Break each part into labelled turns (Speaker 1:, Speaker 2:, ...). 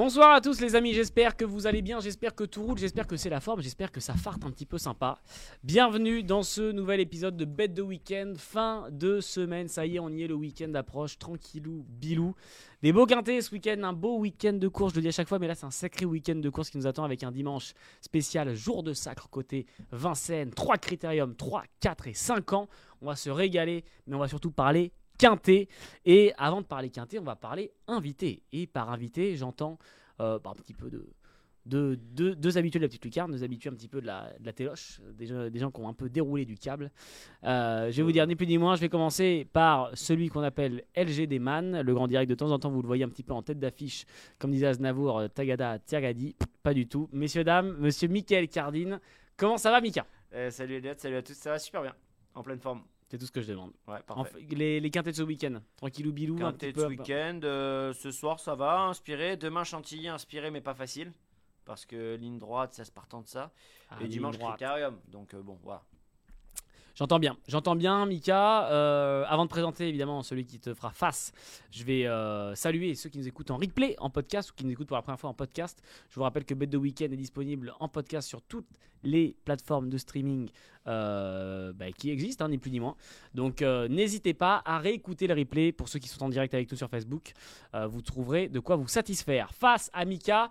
Speaker 1: Bonsoir à tous les amis, j'espère que vous allez bien, j'espère que tout roule, j'espère que c'est la forme, j'espère que ça farte un petit peu sympa. Bienvenue dans ce nouvel épisode de Bête de Week-end, fin de semaine, ça y est, on y est, le week-end approche, tranquillou, bilou. Des beaux quintés ce week-end, un beau week-end de course, je le dis à chaque fois, mais là c'est un sacré week-end de course qui nous attend avec un dimanche spécial, jour de sacre côté Vincennes, 3 critériums, 3, 4 et 5 ans. On va se régaler, mais on va surtout parler quintet. Et avant de parler quintet, on va parler invité. Et par invité, j'entends euh, bah, un petit peu de, de, de- deux habitués de la petite lucarne, deux habitués un petit peu de la, de la téloche, des, gens- des gens qui ont un peu déroulé du câble. Euh, je vais vous dire ni plus ni moins, je vais commencer par celui qu'on appelle LG Desman, le grand direct de temps en temps, vous le voyez un petit peu en tête d'affiche, comme disait Aznavour, euh, Tagada, Tiagadi, pas du tout. Messieurs, dames, monsieur Michael Cardine, comment ça va Mika
Speaker 2: Euh, salut Elliot, salut à tous, ça va super bien, en pleine forme.
Speaker 1: C'est tout ce que je demande.
Speaker 2: Ouais,
Speaker 1: En
Speaker 2: parfait.
Speaker 1: fait, les, les quintets de ce week-end, tranquillou bilou, un
Speaker 2: Quintet
Speaker 1: petit
Speaker 2: de ce
Speaker 1: peu.
Speaker 2: week-end, euh, ce soir ça va, inspiré. Demain Chantilly, inspiré mais pas facile, parce que ligne droite, ça se partant de ça.
Speaker 1: Ah,
Speaker 2: Et
Speaker 1: ligne
Speaker 2: dimanche
Speaker 1: droite.
Speaker 2: Critérium, donc euh, bon, voilà.
Speaker 1: J'entends bien, j'entends bien, Mika. Euh, avant de présenter évidemment celui qui te fera face, je vais euh, saluer ceux qui nous écoutent en replay, en podcast ou qui nous écoutent pour la première fois en podcast. Je vous rappelle que Bête de Week-end est disponible en podcast sur toutes les plateformes de streaming euh, bah, qui existent, hein, ni plus ni moins. Donc euh, n'hésitez pas à réécouter le replay pour ceux qui sont en direct avec nous sur Facebook. Euh, vous trouverez de quoi vous satisfaire. Face à Mika,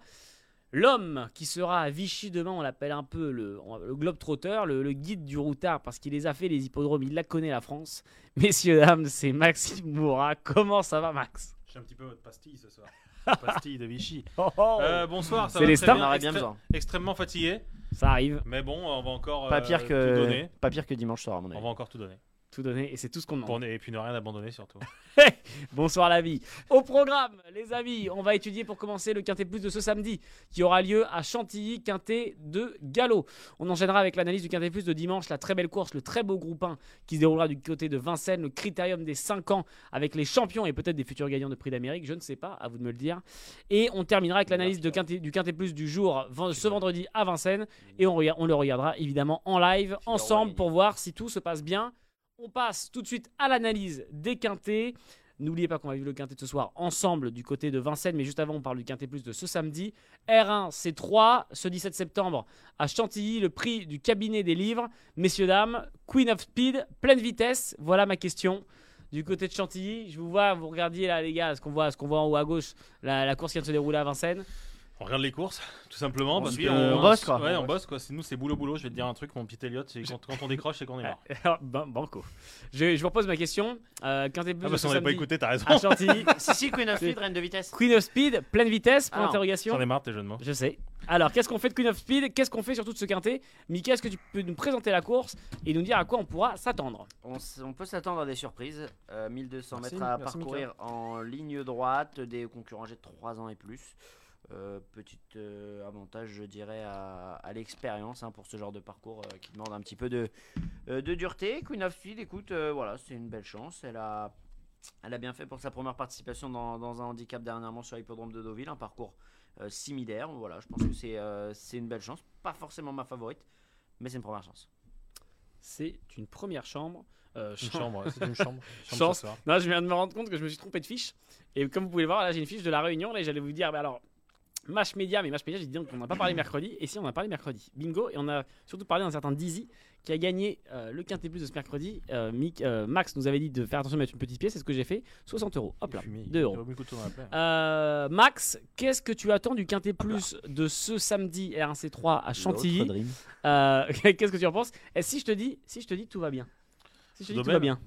Speaker 1: L'homme qui sera à Vichy demain, on l'appelle un peu le, le globe-trotteur, le, le guide du routard, parce qu'il les a fait les hippodromes, il la connaît la France. Messieurs, dames, c'est Maxime Moura. Comment ça va, Max
Speaker 3: J'ai un petit peu votre pastille ce soir. pastille de Vichy. Euh, bonsoir, ça
Speaker 1: C'est
Speaker 3: va
Speaker 1: les
Speaker 3: très
Speaker 1: stars.
Speaker 2: On
Speaker 3: bien.
Speaker 2: en aurait bien
Speaker 3: Extré-
Speaker 2: besoin.
Speaker 3: Extrêmement fatigué,
Speaker 1: Ça arrive,
Speaker 3: mais bon, on va encore euh,
Speaker 2: Pas pire,
Speaker 3: tout
Speaker 2: que...
Speaker 3: donner.
Speaker 2: pas pire que dimanche soir, à mon
Speaker 3: On
Speaker 2: avis.
Speaker 3: va encore tout donner.
Speaker 1: tout donné, et c'est tout ce qu'on
Speaker 3: Pour
Speaker 1: demande.
Speaker 3: ne- Et puis ne rien abandonner surtout.
Speaker 1: Bonsoir la vie. Au programme, les amis, on va étudier pour commencer le Quintet Plus de ce samedi, qui aura lieu à Chantilly, Quintet de Gallo. On enchaînera avec l'analyse du Quintet Plus de dimanche, la très belle course, le très beau groupe 1 qui se déroulera du côté de Vincennes, le critérium des 5 ans avec les champions et peut-être des futurs gagnants de prix d'Amérique, je ne sais pas, à vous de me le dire. Et on terminera avec l'analyse de Quintet- du Quintet Plus du jour, ven- ce vendredi à Vincennes, et on, rega- on le regardera évidemment en live, ensemble, pour voir si tout se passe bien. On passe tout de suite à l'analyse des quintets. N'oubliez pas qu'on va vivre le quintet de ce soir ensemble du côté de Vincennes, mais juste avant, on parle du quintet plus de ce samedi. R1, C3, ce 17 septembre à Chantilly, le prix du cabinet des livres. Messieurs, dames, Queen of Speed, pleine vitesse, voilà ma question. Du côté de Chantilly, je vous vois, vous regardiez là, les gars, ce qu'on voit, ce qu'on voit en haut à gauche, la, la course qui vient de se dérouler à Vincennes.
Speaker 3: On regarde les courses, tout simplement.
Speaker 2: On
Speaker 3: parce
Speaker 2: suit,
Speaker 3: que- euh,
Speaker 2: on bosse, quoi.
Speaker 3: Ouais,
Speaker 2: On
Speaker 3: on bosse quoi. C'est nous, c'est boulot boulot. Je vais te dire un truc, mon petit Elliot. c'est Quand, quand on décroche, c'est qu'on est mort.
Speaker 1: Alors, ban- banco. Je, je vous repose ma question. Euh, quintet plus
Speaker 3: Ah
Speaker 1: de
Speaker 3: bah si
Speaker 1: ce
Speaker 3: on n'avait pas
Speaker 1: samedi
Speaker 3: écouté, t'as raison.
Speaker 1: à Chantilly,
Speaker 2: si, si, Queen of Speed, reine de vitesse.
Speaker 1: Queen of Speed, pleine vitesse, pour
Speaker 2: Ah non.
Speaker 1: interrogation.
Speaker 3: J'en ai marre de tes jeux de mots.
Speaker 1: Je sais. Alors, qu'est-ce qu'on fait de Queen of Speed Qu'est-ce qu'on fait sur tout ce quintet Mika, est-ce que tu peux nous présenter la course et nous dire à quoi on pourra s'attendre
Speaker 2: On, s- on peut s'attendre à des surprises. Euh, 1200
Speaker 3: Merci,
Speaker 2: mètres à
Speaker 3: merci,
Speaker 2: parcourir en ligne droite, des concurrents âgés de 3 ans et plus. Euh, petit euh, avantage, je dirais, à, à l'expérience hein, pour ce genre de parcours euh, qui demande un petit peu de, euh, de dureté. Queen of Speed, écoute, euh, voilà, c'est une belle chance. Elle a, elle a bien fait pour sa première participation dans, dans un handicap dernièrement sur l'hippodrome de Deauville, un parcours euh, similaire. Voilà, je pense que c'est euh, c'est une belle chance. Pas forcément ma favorite, mais c'est une première chance.
Speaker 1: C'est une première chambre. euh,
Speaker 3: Une
Speaker 1: chambre.
Speaker 3: chambre, c'est une chambre. Chambre
Speaker 1: Chance.
Speaker 3: ce soir.
Speaker 1: Non, je viens de me rendre compte que je me suis trompé de fiche. Et comme vous pouvez le voir, là, j'ai une fiche de la Réunion. Là, et j'allais vous dire, bah alors, Mash Media, mais Mash Media, j'ai dit donc qu'on n'a pas parlé mercredi. Et si, on a parlé mercredi. Bingo. Et on a surtout parlé d'un certain Dizzy qui a gagné euh, le quintet plus de ce mercredi. Euh, Mick- euh, Max nous avait dit de faire attention de mettre une petite pièce. C'est ce que j'ai fait. 60 euros. Hop là.
Speaker 3: Fumé, il
Speaker 1: 2
Speaker 3: a
Speaker 1: euros.
Speaker 3: remis le couteau dans la plaie.
Speaker 1: Euh, Max, qu'est-ce que tu attends du Quintet Plus de ce samedi R1C3 à Chantilly
Speaker 2: L'autre dream.
Speaker 1: Euh, Qu'est-ce que tu en penses Et si je te dis, si je te dis tout va bien. Si je te dis tout va
Speaker 3: Domaine.
Speaker 1: bien.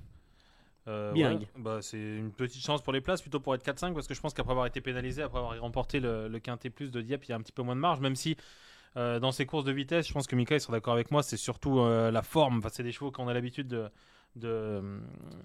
Speaker 3: Euh,
Speaker 1: Bilingue.
Speaker 3: ouais. Bah, c'est une petite chance pour les places, plutôt pour être 4-5, parce que je pense qu'après avoir été pénalisé, après avoir remporté le, le quintet plus de Dieppe, il y a un petit peu moins de marge, même si euh, dans ces courses de vitesse, je pense que Mika sera d'accord avec moi, c'est surtout euh, la forme. Enfin, c'est des chevaux qu'on a l'habitude de, de,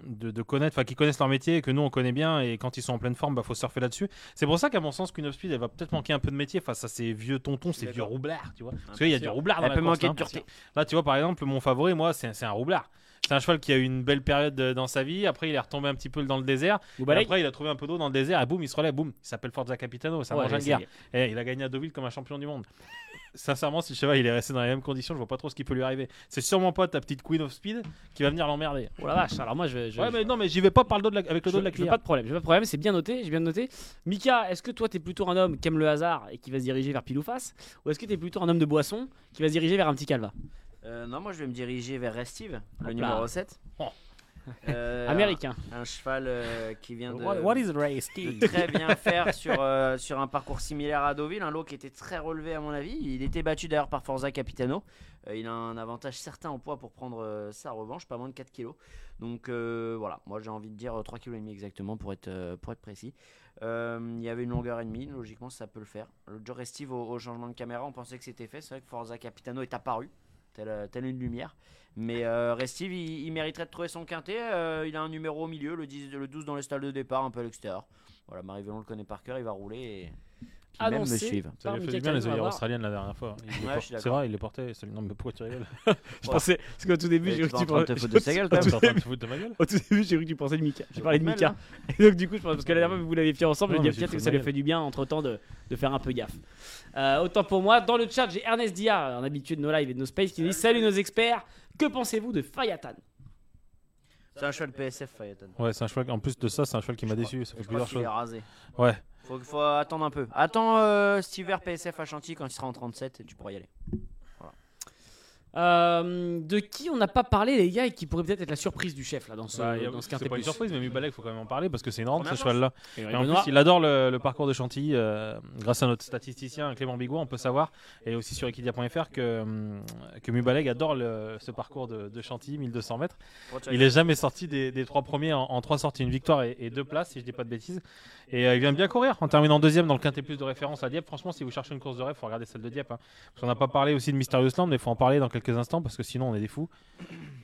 Speaker 3: de, de connaître, enfin, qui connaissent leur métier, et que nous on connaît bien, et quand ils sont en pleine forme, il faut surfer là-dessus. C'est pour ça qu'à mon sens, Queen of Speed, elle va peut-être manquer un peu de métier face à ces vieux tontons, ces
Speaker 2: D'accord.
Speaker 3: vieux roublards, tu vois. Parce qu'il y a
Speaker 2: sûr.
Speaker 3: du roublard dans
Speaker 2: Elle
Speaker 3: la
Speaker 2: peut
Speaker 3: course,
Speaker 2: manquer
Speaker 3: hein,
Speaker 2: de dureté.
Speaker 3: Là, tu vois, par exemple, mon favori, moi, c'est c'est un roublard. C'est un cheval qui a eu une belle période euh, dans sa vie. Après, il est retombé un petit peu dans le désert.
Speaker 1: Vous
Speaker 3: Et
Speaker 1: balayez
Speaker 3: après, Bah il a trouvé un peu d'eau dans le désert. Et boum, il se relève. Boum, il s'appelle Forza Capitano. C'est un
Speaker 1: Ouais,
Speaker 3: engin de
Speaker 1: j'ai essayé.
Speaker 3: guerre. Et il a gagné à Deauville comme un champion du monde. sincèrement, si Cheval il est resté dans les mêmes conditions, je vois pas trop ce qui peut lui arriver. C'est sûrement pas ta petite Queen of Speed qui va venir l'emmerder.
Speaker 1: Oh la vache, alors moi je. je
Speaker 3: Ouais, mais non, mais j'y vais pas par le dos de la- avec
Speaker 1: je-
Speaker 3: le dos de la
Speaker 1: je veux
Speaker 3: cuillère.
Speaker 1: pas de problème, je veux pas de problème, c'est bien noté, j'ai bien noté. Mika, est-ce que toi t'es plutôt un homme qui aime le hasard et qui va se diriger vers pile ou face Ou est-ce que t'es plutôt un homme de boisson qui va se diriger vers un petit calva
Speaker 2: Euh, non, moi je vais me diriger vers Restive,
Speaker 1: Hop là.
Speaker 2: le numéro 7.
Speaker 3: Oh.
Speaker 2: Euh,
Speaker 1: Américain.
Speaker 2: Un cheval euh, qui vient de,
Speaker 4: is race
Speaker 2: de très bien faire sur, euh, sur un parcours similaire à Deauville, un lot qui était très relevé à mon avis. Il était battu d'ailleurs par Forza Capitano. Euh, il a un avantage certain en poids pour prendre euh, sa revanche, pas moins de 4 kilos. Donc euh, voilà, moi j'ai envie de dire 3 kg et demi exactement pour être, euh, pour être précis. Euh, il y avait une longueur et demie, logiquement ça peut le faire. Le Joe Restive au, au changement de caméra, on pensait que c'était fait. C'est vrai que Forza Capitano est apparu, telle, euh, telle une lumière. Mais euh, Restive, il, il mériterait de trouver son quintet. Euh, il a un numéro au milieu, le, 10 le 12 dans les stalles de départ, un peu à l'extérieur. Voilà, Marie Velon le connaît par cœur, il va rouler et qui même me
Speaker 1: Annoncé.
Speaker 2: suivent.
Speaker 3: Ça lui a
Speaker 1: Par
Speaker 3: fait du
Speaker 1: Mika
Speaker 3: bien les
Speaker 1: Calva,
Speaker 3: œillères
Speaker 1: voir.
Speaker 3: australiennes la dernière fois. Il les
Speaker 2: Ouais,
Speaker 3: porte-
Speaker 2: je suis d'accord.
Speaker 3: C'est vrai, il les portait. celui- Non, mais pourquoi tu rigoles
Speaker 1: Je
Speaker 2: Voilà.
Speaker 1: pensais, parce qu'au tout début,
Speaker 2: Mais
Speaker 1: j'ai
Speaker 2: tu
Speaker 1: cru que tu
Speaker 2: vas en
Speaker 1: parlais-
Speaker 2: train de te foutre de sa gueule,
Speaker 1: au
Speaker 2: quand même.
Speaker 1: tout
Speaker 3: T'es en train de te foutre de ma gueule
Speaker 1: Au tout début, j'ai cru que tu pensais de Mika. J'ai parlé de
Speaker 2: Mal,
Speaker 1: Mika. Et donc, du coup, je pense parce que la dernière fois, vous l'avez fait ensemble.
Speaker 3: hein. Non,
Speaker 1: je
Speaker 3: mais
Speaker 1: dis,
Speaker 3: j'ai
Speaker 1: tiens,
Speaker 3: fait
Speaker 1: ça
Speaker 3: mal.
Speaker 1: lui fait du bien entre temps de, de faire un peu gaffe. Euh, autant pour moi, dans le chat, j'ai Ernest Dia, un habitué de nos lives et de nos space, qui dit Salut nos experts, que pensez-vous de Fayatan
Speaker 2: C'est un cheval PSF, Fayatan.
Speaker 3: Ouais, c'est un cheval. En plus de ça, c'est un cheval qui m'a déçu. Ça fait
Speaker 2: Je crois
Speaker 3: plusieurs
Speaker 2: qu'il
Speaker 3: choses.
Speaker 2: est rasé.
Speaker 3: Ouais.
Speaker 2: Faut, faut attendre un peu. Attends euh, cet hiver PSF à Chantilly quand il sera en 37 et tu pourras y aller.
Speaker 1: Euh, De qui on n'a pas parlé, les gars, et qui pourrait peut-être être la surprise du chef là dans ce,
Speaker 3: Bah, y a-
Speaker 1: dans ce quintet
Speaker 3: C'est pas une
Speaker 1: plus
Speaker 3: surprise, mais Mubalek, faut quand même en parler parce que c'est énorme
Speaker 2: Première
Speaker 3: ce
Speaker 2: chance.
Speaker 3: cheval-là.
Speaker 1: Et
Speaker 3: Et en plus,
Speaker 1: Benoît,
Speaker 3: il adore le, le parcours de Chantilly. euh, grâce à notre statisticien Clément Bigot, on peut savoir, et aussi sur equidia.fr, que, hum, que Mubaleg adore le- ce parcours de, de Chantilly, 1200 mètres. Il est jamais sorti des, des trois premiers en, en trois sorties, une victoire et, et deux places, si je dis pas de bêtises. Et euh, il vient bien courir en terminant deuxième dans le quintet plus de référence à Dieppe. Franchement, si vous cherchez une course de rêve, faut regarder celle de Dieppe. hein. Parce qu'on n'a pas parlé aussi de Mysterious Land, mais faut en parler dans quelques instants parce que sinon on est des fous.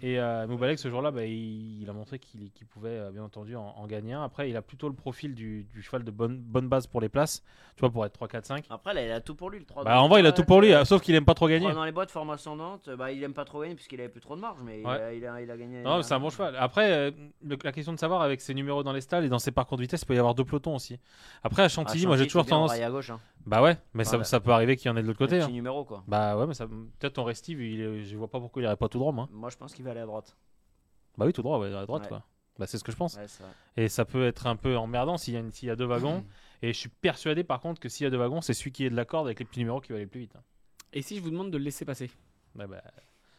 Speaker 3: Et euh, Moubalek, ce jour-là, bah, il, il a montré qu'il qu'il pouvait, euh, bien entendu, en, en gagner un. Après, il a plutôt le profil du, du cheval de bonne, bonne base pour les places, tu vois, pour être 3, 4, 5.
Speaker 2: Après, là, il a tout pour lui. Le 3
Speaker 3: Bah, en vrai, il a tout pour lui, euh, sauf qu'il aime pas trop gagner.
Speaker 2: Dans les boîtes, forme ascendante, bah, il aime pas trop gagner puisqu'il avait plus trop de marge, mais il
Speaker 3: Ouais.
Speaker 2: a- il, a, il a gagné.
Speaker 3: Non, mais c'est un bon cheval. Après, euh, le- la question de savoir avec ses numéros dans les stalles et dans ses parcours de vitesse, il peut y avoir deux pelotons aussi. Après, à
Speaker 2: Ah,
Speaker 3: Chantilly, moi j'ai
Speaker 2: Chantilly,
Speaker 3: toujours
Speaker 2: c'est bien, on
Speaker 3: tendance.
Speaker 2: raille à gauche, hein.
Speaker 3: Bah ouais, mais ça,
Speaker 2: Voilà.
Speaker 3: ça peut arriver qu'il y en ait de l'autre côté.
Speaker 2: Un
Speaker 3: hein.
Speaker 2: petit numéro quoi.
Speaker 3: Bah ouais, mais ça... peut-être ton restive, il est- je vois pas pourquoi il irait pas tout droit, moi.
Speaker 2: Moi, je pense qu'il va aller à droite.
Speaker 3: Bah oui, tout droit, ouais, à droite
Speaker 2: Ouais.
Speaker 3: quoi. Bah c'est ce que je pense.
Speaker 2: Ouais, c'est vrai.
Speaker 3: Et ça peut être un peu emmerdant s'il y, a une- s'il y a deux wagons. Et je suis persuadé par contre que s'il y a deux wagons, c'est celui qui est de la corde avec les petits numéros qui va aller plus vite. hein.
Speaker 1: Et si je vous demande de le laisser passer
Speaker 3: Ouais, bah,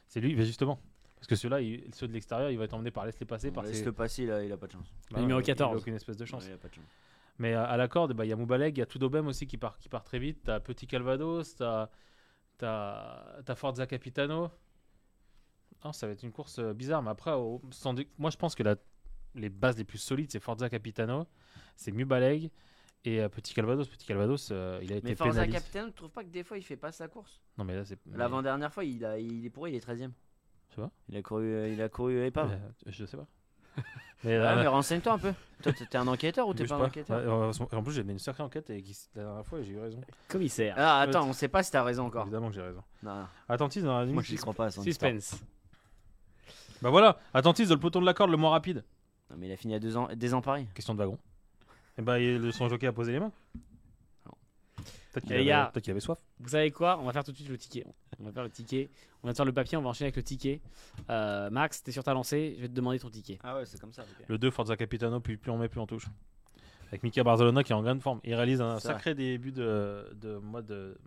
Speaker 3: c'est lui, bah, justement. Parce que ceux-là, il- ceux de l'extérieur, il va être emmené par laisse-les passer, par
Speaker 2: Laisse
Speaker 3: ses...
Speaker 2: le passer, il a, il a pas de chance.
Speaker 3: Bah,
Speaker 1: numéro
Speaker 3: il a
Speaker 1: 14.
Speaker 3: aucune espèce de chance.
Speaker 2: Ouais, il a pas de chance.
Speaker 3: Mais à, à la corde, bah, il y a Moubaleg, il y a Toudobem aussi qui part, qui part très vite. T'as Petit Calvados, t'as as, Forza Capitano. Non, ça va être une course euh, bizarre, mais après, au- sans dé- moi je pense que la- les bases les plus solides, c'est Forza Capitano, c'est Moubaleg et euh, Petit Calvados. Petit Calvados, euh, il a été
Speaker 2: Mais Forza
Speaker 3: pénalisé.
Speaker 2: Capitaine, tu trouves pas que des fois il fait pas sa course
Speaker 3: Non, mais là, c'est. mais-
Speaker 2: L'avant-dernière fois, il, a, il est pourri, il est 13 e
Speaker 3: Tu vois
Speaker 2: Il a couru, euh, il a couru épave.
Speaker 3: euh, Je sais pas. Mais,
Speaker 2: Ouais,
Speaker 3: euh,
Speaker 2: Ah, mais renseigne-toi un peu. Toi, t'es t'es un enquêteur ou t'es
Speaker 3: bouge
Speaker 2: pas un
Speaker 3: pas.
Speaker 2: enquêteur
Speaker 3: Ouais, en- en plus, j'ai mené une sacrée enquête et qui- la dernière fois, j'ai eu raison.
Speaker 1: Commissaire.
Speaker 2: Ah, attends, on sait pas si t'as raison encore.
Speaker 3: Évidemment que j'ai raison.
Speaker 2: Non, non.
Speaker 3: Attentis dans la
Speaker 2: Moi,
Speaker 3: ligne.
Speaker 2: je n'y crois pas à son histoire.
Speaker 1: Suspense.
Speaker 3: Bah voilà, Attentis dans le peloton de la corde le moins rapide.
Speaker 2: Non, mais il a fini à deux ans, désemparé.
Speaker 3: Question de wagon. Et ben il- le- son jockey a posé les mains.
Speaker 2: Non.
Speaker 3: Peut-être qu'il
Speaker 1: Les
Speaker 3: avait,
Speaker 1: gars.
Speaker 3: peut-être qu'il avait soif.
Speaker 1: Vous savez quoi On va faire tout de suite le ticket. On va faire le ticket. On va faire le papier, on va enchaîner avec le ticket. Euh, Max, t'es sur ta lancée, je vais te demander ton ticket.
Speaker 2: Ah ouais, c'est comme ça.
Speaker 3: Le 2, Forza Capitano, plus, plus on met, plus on touche. Avec Mika Barzalona qui est en grande forme. Il réalise un
Speaker 2: C'est
Speaker 3: sacré début de, de mois de.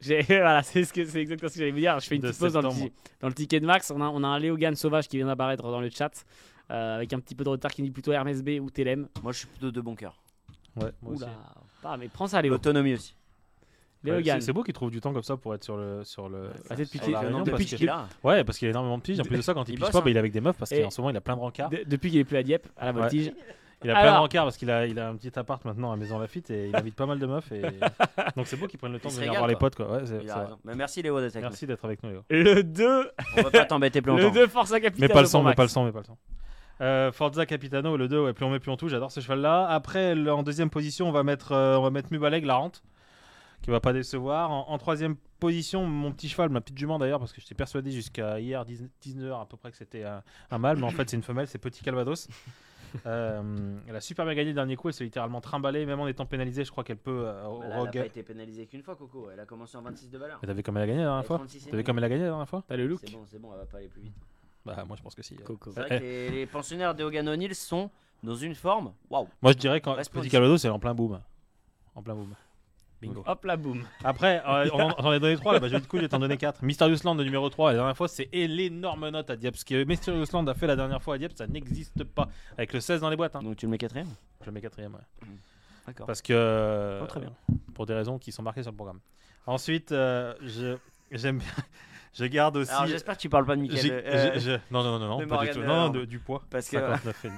Speaker 1: J'ai- voilà, c'est ce que c'est exactement ce que j'allais vous dire. Je fais une
Speaker 3: De
Speaker 1: petite pause dans le,
Speaker 3: septembre.
Speaker 1: ti- dans le ticket de Max. On a, on a un Léogan sauvage qui vient d'apparaître dans le chat. euh, avec un petit peu de retard qui dit plutôt Hermès B ou TLM.
Speaker 2: Moi, je suis plutôt de bon cœur.
Speaker 3: Ouais, moi aussi.
Speaker 1: Oula, pas, mais prends ça, Léo.
Speaker 2: L'autonomie aussi.
Speaker 3: Ouais,
Speaker 1: Léogan.
Speaker 3: c'est, c'est beau qu'il trouve du temps comme ça pour être sur le. Sur le...
Speaker 1: Ah, c'est depuis
Speaker 3: sur
Speaker 1: qu'il-
Speaker 3: la
Speaker 1: le
Speaker 3: réunion
Speaker 1: nombre de
Speaker 3: parce
Speaker 1: pitch
Speaker 3: que-
Speaker 1: qu'il
Speaker 2: a.
Speaker 3: Ouais, parce qu'il a énormément de piges. En plus de ça, quand il,
Speaker 2: Il
Speaker 3: pitch
Speaker 2: bosse,
Speaker 3: pas,
Speaker 2: hein.
Speaker 3: bah, il est avec des meufs parce
Speaker 1: Et-
Speaker 3: qu'en ce moment il a plein de rencarts.
Speaker 1: De- depuis qu'il est plus à Dieppe, à la
Speaker 3: Ouais.
Speaker 1: voltige.
Speaker 3: Il a plein de
Speaker 1: Alors-
Speaker 3: rencarts parce qu'il a, il a un petit appart maintenant à Maison Lafitte et il invite pas mal de meufs. Et... Donc c'est beau qu'il prenne le temps
Speaker 2: Il
Speaker 3: de
Speaker 2: se
Speaker 3: venir
Speaker 2: régale,
Speaker 3: voir les
Speaker 2: quoi.
Speaker 3: potes. Quoi. Ouais, c'est-
Speaker 2: Il a
Speaker 3: c'est vrai.
Speaker 2: raison. Mais merci Léo d'être avec
Speaker 3: Merci d'être avec nous, Léo.
Speaker 1: Le 2,
Speaker 2: nous. On va pas t'embêter plus
Speaker 1: le
Speaker 2: longtemps.
Speaker 1: 2 force à capitale.
Speaker 3: Mais pas le sang,
Speaker 1: sang,
Speaker 3: mais pas le sang, mais pas le sang. Euh, Forza Capitano, le 2, ouais, plus on met, plus on touche. J'adore ce cheval-là. Après, le- en deuxième position, on va mettre, euh, on va mettre Mubaleg, la rente, qui va pas décevoir. En, en troisième position, mon petit cheval, ma petite jument d'ailleurs, parce que j'étais persuadé jusqu'à hier, 19h à peu près, que c'était un, un mâle, mais en fait, c'est une femelle, c'est Petit Calvados. Euh, elle a super bien gagné le dernier coup, elle s'est littéralement trimballée, même en étant pénalisée, je crois qu'elle peut.
Speaker 2: Bah
Speaker 3: euh,
Speaker 2: là, elle n'a
Speaker 3: rega-
Speaker 2: pas été pénalisée qu'une fois, Coco. Elle a commencé en 26 de valeur.
Speaker 3: Mais t'as vu comme elle a gagné la dernière
Speaker 2: Et
Speaker 3: fois
Speaker 2: 36 et
Speaker 3: T'as vu
Speaker 2: demi.
Speaker 3: comme elle a gagné la dernière fois
Speaker 1: T'as le look
Speaker 2: C'est bon, c'est bon, elle va pas aller plus vite.
Speaker 3: Bah, moi je pense que si.
Speaker 1: Coco.
Speaker 2: C'est vrai
Speaker 3: Eh.
Speaker 2: que les, les pensionnaires des Hogan O'Neill sont dans une forme. Waouh!
Speaker 3: Moi je dirais qu'en
Speaker 2: Responsif.
Speaker 3: Petit Calvados, elle est en plein boom. En plein boom. Bingo.
Speaker 1: Hop là, boum.
Speaker 3: Après, euh, on en- j'en ai donné 3 là-bas, j'ai du coup, j'ai t'en donné 4. Mysterious Land, le numéro 3, la dernière fois, c'est et l'énorme note à Dieppe. Ce que Mysterious Land a fait la dernière fois à Dieppe, ça n'existe pas. Avec le 16 dans les boîtes, hein.
Speaker 2: Donc tu le mets quatrième?
Speaker 3: je le mets quatrième, ouais.
Speaker 2: D'accord.
Speaker 3: Parce que. euh,
Speaker 2: Oh, très bien.
Speaker 3: Pour des raisons qui sont marquées sur le programme. Ensuite, euh, je. J'aime bien. Je garde aussi.
Speaker 2: Alors j'espère que tu parles pas de Michael.
Speaker 3: J'ai-
Speaker 2: euh,
Speaker 3: j'ai- j'ai- Non, non, non, non,
Speaker 2: de
Speaker 3: pas du
Speaker 2: Morgan
Speaker 3: tout.
Speaker 2: Bell,
Speaker 3: Non,
Speaker 2: alors.
Speaker 3: de- du poids.
Speaker 2: Parce que- euh,
Speaker 3: 59,5.